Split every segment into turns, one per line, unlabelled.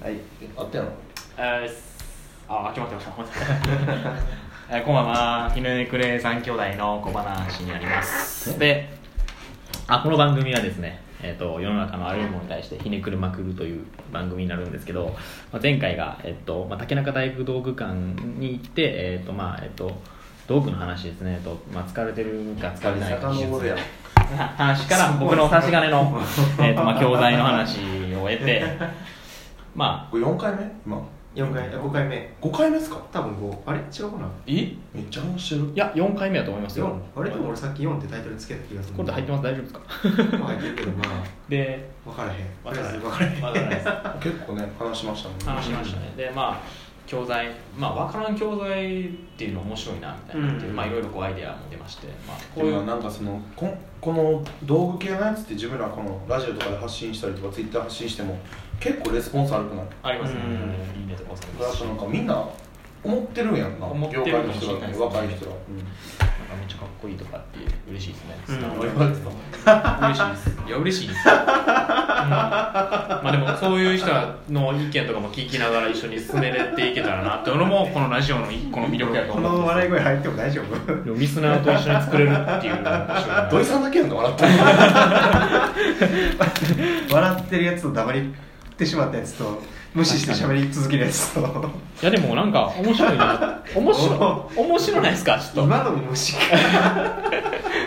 はい
あったやろ
えーすあ、決まって ました。ごめんなさいえーこんばんは。ひねくれ三兄弟の小話になります。で、あ、この番組はですね、えっ、と、世の中のあらゆるものに対してひねくれまくるという番組になるんですけど、まあ、前回が、えっ、と、まあ、竹中体育道具館に行って、えっ、と、まあ、えっ、と、道具の話ですね、えっとまあ、疲れてるか疲れてないか
遡るやん
話から僕の差し 金の、えっとまあ、教材の話を得て、まあ、
これ4回目今
4回5回目
5回目ですか
多分5あれ違うかな
え
めっちゃ話してる
いや、4回目だと思いますよ
4。あれでも俺さっき4ってタイトルつけた気がする
これで入ってます、大丈夫ですか
す入ってるけどまあ
で、
分からへんと
わから
りあえ
な
ず
い
分からへん
わからないです。
結構ね話しましたね
話しましたね。で、まあ、教材、まあ、わからん教材っていうの面白いな、みたいなっていう、
うん
まあ、いろいろこうアイデアも出まして、まあ、こ
こ
う
う
い
いう
う、
なんかそのこんこの道具系のやつって自分らこのラジオとかで発信したりとかツイッター発信しても結構レスポンス悪くない
ありますね
う。
いいねとかもそう
だ
で
か
すし、
らな
な
ん
んか
かみんな思ってるんやんな
思ってる
業界の人
かもしれな
だ
い
って若
ですね
い人だ
めっちゃかっこいいとかって嬉しいですね。
うん
伝わ
俺
る
言われてた
嬉しいです いや嬉しいですよ、うんまあでもそういう人の意見とかも聞きながら一緒に進めれていけたらなっていうのもこのラジオの一個の魅力やと
こ
思う
の
んで
笑い声入っても大丈 夫
すよリスナーと一緒に作れるっていう面白い
土井さんだけやんか笑ってる
笑ってるやつと黙りってしまったやつと無視して喋り続けるやつと
いやでもなんか面白いな面白い面白ないですかちょっ
今の無視か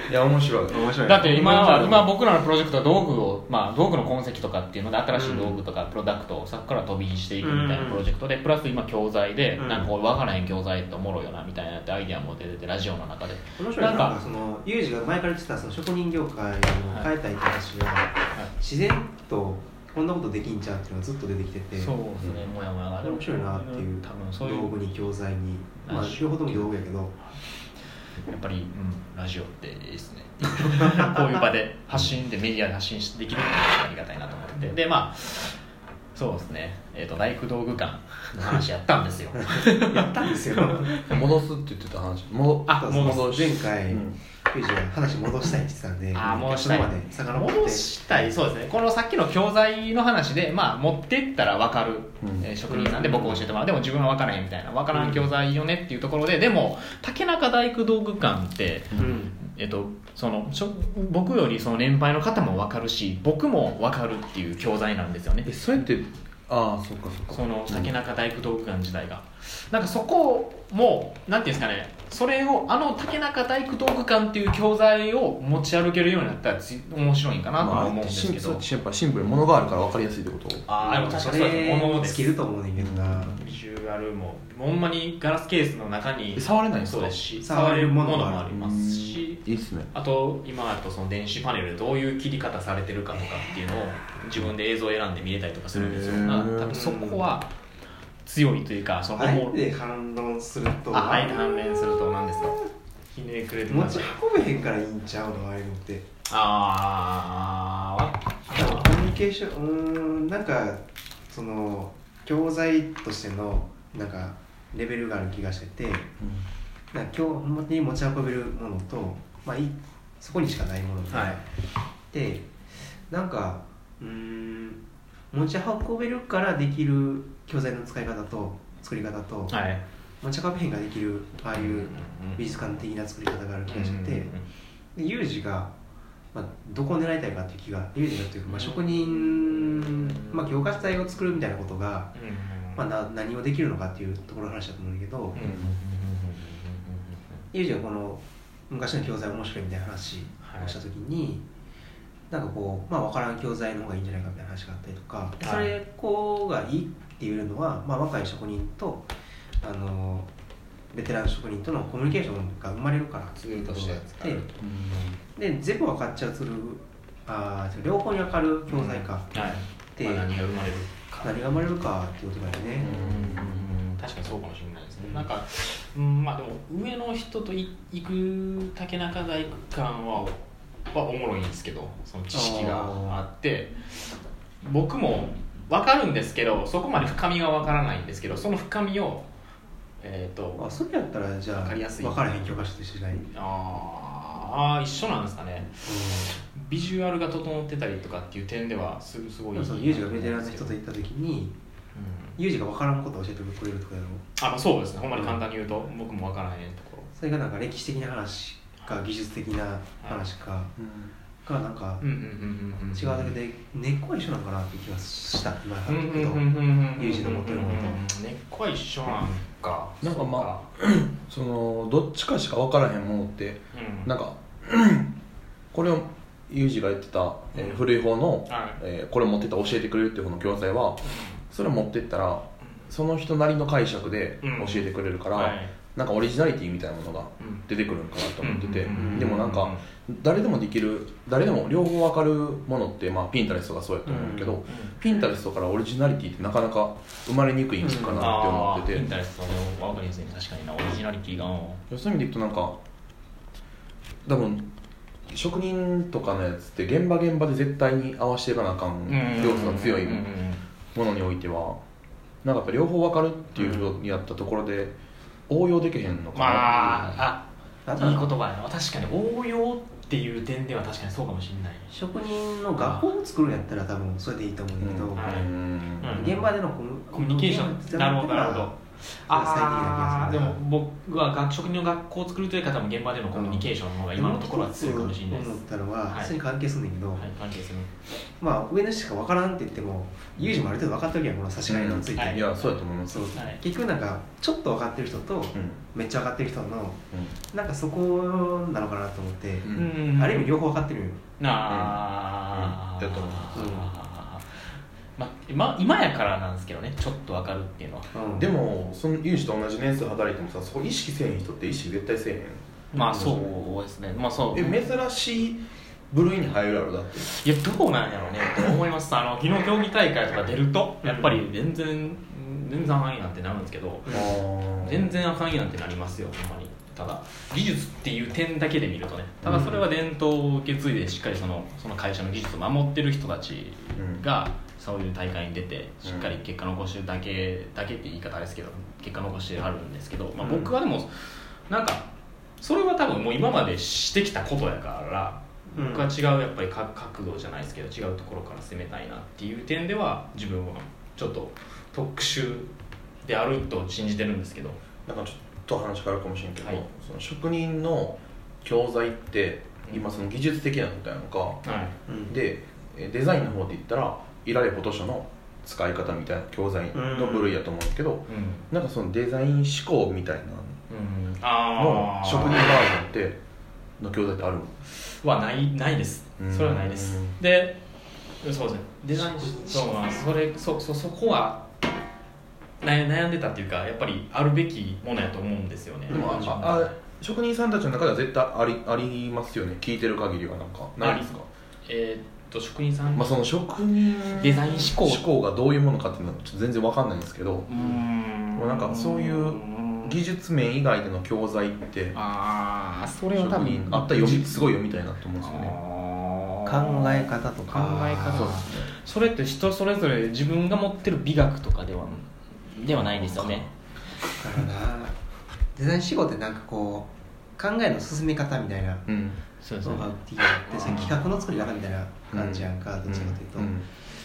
いや面白い
面白
と
い
だって今は今
僕
僕らのプロジェクトは道具を、まあ、道具の痕跡とかっていうので新しい道具とかプロダクトをそこから飛びにしていくみたいなプロジェクトでプラス今教材で
うん
なんかこう分からへん教材っておもろいよなみたいなってアイデアも出ててラジオの中で
面白いな
なんか
なんかそのユージが前から言ってたその職人業界を変えたいって話は、自然とこんなことできんちゃうっていうのがずっと出てきてて
そうですね、もやもやが
あれ面白いなっていう
多分そういう
道具に教材に
あ
まあ両方とも道具やけど
やっぱり、うん、ラジオっていいですね こういう場で発信でメディアで発信できるっていうのはありがたいなと思っててでまあそうですね、えー、と大工道具館の話やったんですよ
やったんですよ
戻すって言ってた話戻
あ戻
前回、
うん
ユージが話戻したいって言ってたんで
あー戻したい
そこまで遡って
戻したいそうですねこのさっきの教材の話で、まあ、持ってったら分かる、
うん
えー職人なんで僕教えてもらうでも自分は分からへんみたいな分からん教材よねっていうところででも竹中大工道具館って
うん
えっと、そのしょ僕よりその年配の方も分かるし僕も分かるっていう教材なんですよね
えそれってああそっかそっか
その
ん
竹中大工道具館時代がなんかそこもなんていうんですかねそれをあの竹中大工道具館っていう教材を持ち歩けるようになったらつ面白いんかなとは思うんですけど、
シンプルシンプル物があるから分かりやすいってこと
あーでも確かにそうです
それ
物で
に尽
す
きると思うねんけどな
ビジュアルもほんまにガラスケースの中に
え触れないんです
そ
か
うですし
触
触
れ
れ
る
る
も
も
の
の
が
もありますし
いいっすね
あと今だとその電子パネルどういう切り方されてるかとかっていうのを自分で映像を選んで見れたりとかするんですよ、
へー
まあ多分そこは強いというかその
あえて反論すると
あ愛で関連すると何ですかひねくれて
持
ま
ち
す
運べへんからいいんちゃうのああいうのって
あ
でも
ー
コミュニケーションうーんなんかその教材としてのなんかレベルがある気がしててなんか今日本当に持ち運べるものと、まあ、いそこにしかないもので,、
はい
でなんかうーん持ち運べるからできる教材の使い方と作り方と、
はい
持ち運べへんができるああ
う
い
ん
う美術館的な作り方がある気がしてて。でユージが、まあ、どこを狙いたいかっていう気がユージがというか、まあ、職人、まあ、業界体を作るみたいなことが、
うんうん
まあ、な何をできるのかっていうところの話だと思うんだけど、
うんうんうんうんうんうん
ユージがこの昔の教材面白いみたいな話をした時に、なんかこう、まあ、分からん教材の方がいいんじゃないかみたいな話があったりとか、
い
それこうがいいっていうのは、まあ、若い職人とあのベテラン職人とのコミュニケーションが生まれるからっていうところがあって。で全部分かっちゃうするあー両方に分かる教材か、
はい
で
まあ何が生まれるか
何が生まれるかっていうことだよね、
うん確かにそうかもしれないですね、なんか、うん、まあでも上の人とい行く竹中大工館ははおもろいんですけどその知識があって僕も分かるんですけどそこまで深みが分からないんですけどその深みをえっ、と
あそれやったらじゃあ
分かりやすい
分からへん教科書と一緒じゃない、うん
ああ一緒なんですかねビジュアルが整ってたりとかっていう点ではすすごい
でもそのユージがベテランの人と行った時にユージが分からんことを教えてくれるとかやろ
あまあそうですねほんまに簡単に言うと、僕もわからへんところ
それがなんか歴史的な話か技術的な話かがなんか
うんうんうんうんうん
違うだけで根っこは一緒なのかなって気がした今
うんうん
話
うん
聞
う
く
ん
と
うんうん
ユージの持ってるものと
根っこは一緒なんか
なんかまそのどっちかしか分からへんものって
あうん
なんか これをユージが言ってた、えー古い方の、
はい
えーこれを持ってった教えてくれるっていう方の教材はそれを持ってったらその人なりの解釈で
うん
教えてくれるから、
はい
なんかオリジナリティみたいなものが
うん
出てくるんかなと思ってて、
うんうんうん
でもなんか誰でもできる誰でも両方分かるものって、まあ、ピンタレストがそうやと思うけど、
うん
ピンタレストからオリジナリティってなかなか生まれにくいんかなって思ってて、
インタレストのわかりやすいね確かになオリジナリティがうん
そういう意味でいくとなんか多分職人とかのやつって現場現場で絶対に合わせていかなあかん要素が強い
うんうんうんうん
ものにおいてはなんかやっぱ両方分かるっていうふうにやったところで応用できへんのか
ま
なっていう、
ああい
あ
い
とは
言葉やな確かに応用っていう点では確かにそうかもしれない
職人の学校を作るんやったら多分それでいいと思うんだけど、
うん
はい
うん
うん
現場でのコミ
コミュニケーションなるほどなるほどああで
最適な気がするな
も僕は学食の学校を作るというよりか多分現場でのコミュニケーションの方が今のところは強いかもしれないです
思ったのは、
はい
それに関係するんだけど、
はい関係する
まあ上の人しか分からんって言ってもユージもある程度分かってるやんこの差し替えのついて、
うんはい
いやそうやと思います
そう
はい
結局なんかちょっと分かってる人と、めっちゃ分かってる人の
う
なんかそこなのかなと思って、
んうん
ある意味両方分かってるよ
なあ、
うんだと思う
ま今今やからなんですけどねちょっとわかるっていうのは
うん
でもその有志と同じ年数働いてもさそこ意識せえへん人って意識絶対せえへん
まあそうですねまあそう
え珍しい部類に入るやろだって
いやどうなんやろうねと思いますあの昨日競技大会とか出るとやっぱり全然全然範囲なんてなるんですけど全然範囲なんてなりますよほんまにただ技術っていう点だけで見るとねただそれは伝統を受け継いでしっかりそのその会社の技術を守ってる人たちがそういう大会に出てしっかり結果残してるだけだけって言い方あれですけど結果残してはるんですけど、まあ、僕はでもなんかそれは多分もう今までしてきたことやから
うん
僕は違うやっぱりか角度じゃないですけど違うところから攻めたいなっていう点では自分はちょっと特殊であると信じてるんですけど
なんかちょっと話変わるかもしれんけど、
はい
その職人の教材って
うん
今その技術的なことやのか、
はい
うん
でえデザインの方で言ったらイラレフォトショの使い方みたいな教材の部類やと思うんですけど、
う
なんかそのデザイン思考みたい
ん、うん、
なの
ああ
職人バージョンっての教材ってあるの
はないないです
うん
それはないですでそうですねデザインそうまあそれそそそこは悩悩んでたっていうかやっぱりあるべきものやと思うんですよね
でもあ
自分の中
あ
で
あ職人さんたちの中では絶対ありありますよね聞いてる限りはなんかないですか、
えーっと職人さん、
まあ、その職人
デザイン思考
思考がどういうものかっていうのはちょっと全然わかんないんですけど、
うーん
もうなんかそういう技術面以外での教材って
ああそれは多
職
分
人あったら読みすごい読みたいなと思うんですよね
考
考え方とか
考え方
そう
う
ですね
それって人それぞれ自分が持ってる美学とかではではないですよね
だからなデザイン思考ってなんかこう考えの進め方みたいな
うん
そうです
の
ね
がっていうでその企画の作り方みたいな感じやんか、どっちかというと、
うん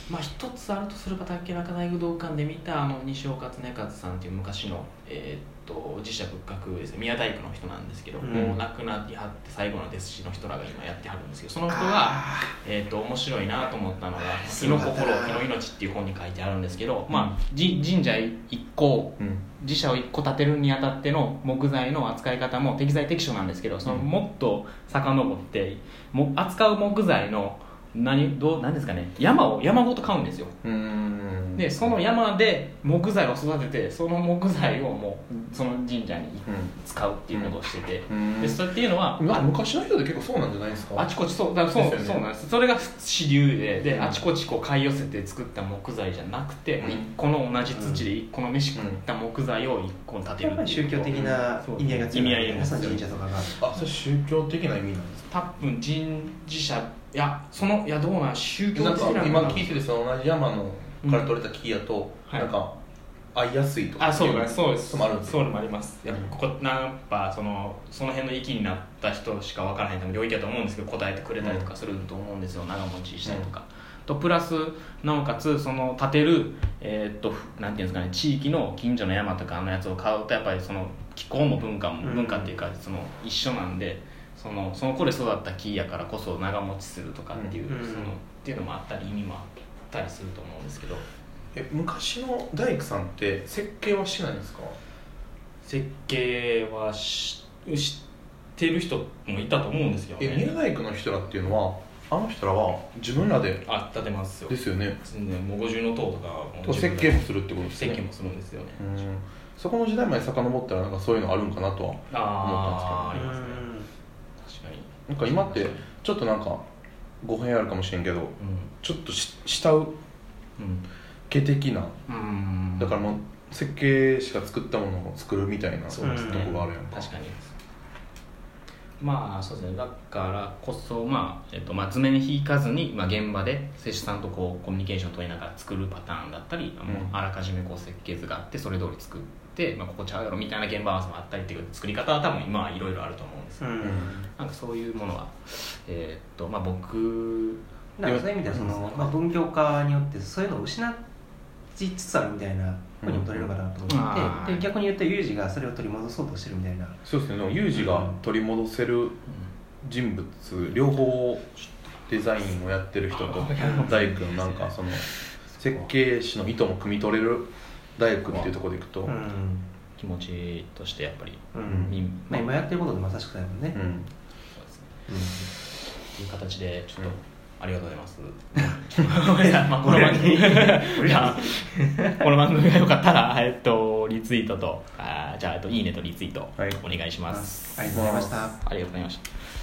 まあ、一つあるとすれば竹中大武道館で見たあの西岡恒和さんという昔の、えーっと寺社仏閣ですね宮大工の人なんですけど、
うん
もう亡くなりはって最後の弟子の人らが今やってはるんですけどその人が、えーっと面白いなと思ったのが「火の
そう
心
だったな
火の命」っていう本に書いてあるんですけど、まあ、じ神社一個
うん
自社を1個建てるにあたっての木材の扱い方も適材適所なんですけどその
うん
もっと遡っても扱う木材の何どう何ですかね山を山ごと買うんですよ
うん
でその山で木材を育ててその木材をもうその神社に
う
使うっていうことをしてて
ん
でそれっていうのは
なんか昔の人で結構そうなんじゃないですか
あちこちそうだそう,、
ですよね
そうなんですそれが主流でで、
うん
あちこちこう買い寄せて作った木材じゃなくて、
うん
一個の同じ土で一個の飯食った木材を一個建てる
やっぱり宗教的な意味合いが強い
意味合いが強い
まさに神社とかが
あそれ宗教的な意味なんですか
多分人事者いやそのいやどうなん宗教的
なんか
な
今聞いてるその同じ山の
うん
から取れた木やと、
はい
なんか合いやすいとか
あそうですそうです
もあるんです
そういうのもあります
うん
やっぱここやっぱそのその辺の域になった人しか分からない多分領域だと思うんですけど答えてくれたりとかすると思うんですよ長持ちしたりとか、とプラスなおかつその建てる、えーっとなんていうんですかね地域の近所の山とかのやつを買うとやっぱりその気候も文化も
うん
文化っていうかその一緒なんでそのその子で育った木やからこそ長持ちするとかっていう、
うん
そのっていうのもあったり意味もあったりすると思うんですけど
え昔の大工さんって設計はしてないんですか
設計はししてる人もいたと思うんですけど
え宮
ね
大工の人らっていうのはあの人らは自分らで
あ建てますよ
ですよね
全然もう50の塔とかはもう自
設
分で
計もするってことですね
設計もするんですよね
うんそこの時代まで遡ったらなんかそういうのあるんかなとは
ああありますね
うん
確かに
なんか今ってちょっとなんか語弊あるかもしれんけどちょっとし下請
う
け的なん
うん
だからもう設計士が作ったものを作るみたいな
そうですね
とこがあるやんか
確かにまあそうですねだからこそまあ、えっと、まあ図面に引かずに、まあ、現場で施主さんとこうコミュニケーションを取りながら作るパターンだったり、
ん
もうあらかじめこう設計図があってそれ通り作って、まあ、ここちゃうやろみたいな現場合わせもあったりっていう作り方は多分今はいろいろあると思うんです
う
よ
ん
なんかそういうものは、えっとまあ、僕
だからそういう意味ではその、まあ、文教化によってそういうのを失いつつあるみたいなふうにも取れるかなと思
うんあ
って、
ー
で逆に言うとユージがそれを取り戻そうとしてるみたいな
そうですねでもユージが取り戻せる人物両方デザインをやってる人と大工のなんかその設計士の意図も汲み取れる大工っていうところでいくと、
う
うん
ん、
気持ちとしてやっぱり、
うん
に
まあ、今やってることでまさしくだもんね、
そうですね
うん
っていう形でちょっと、
うん
ありがとうございます。 まあ この番組じゃあこの番組が良かったら えっとリツイートとあーじゃあえっといいねとリツイート
はい
お願いします。
はいありがとうございました
ありがとうございました。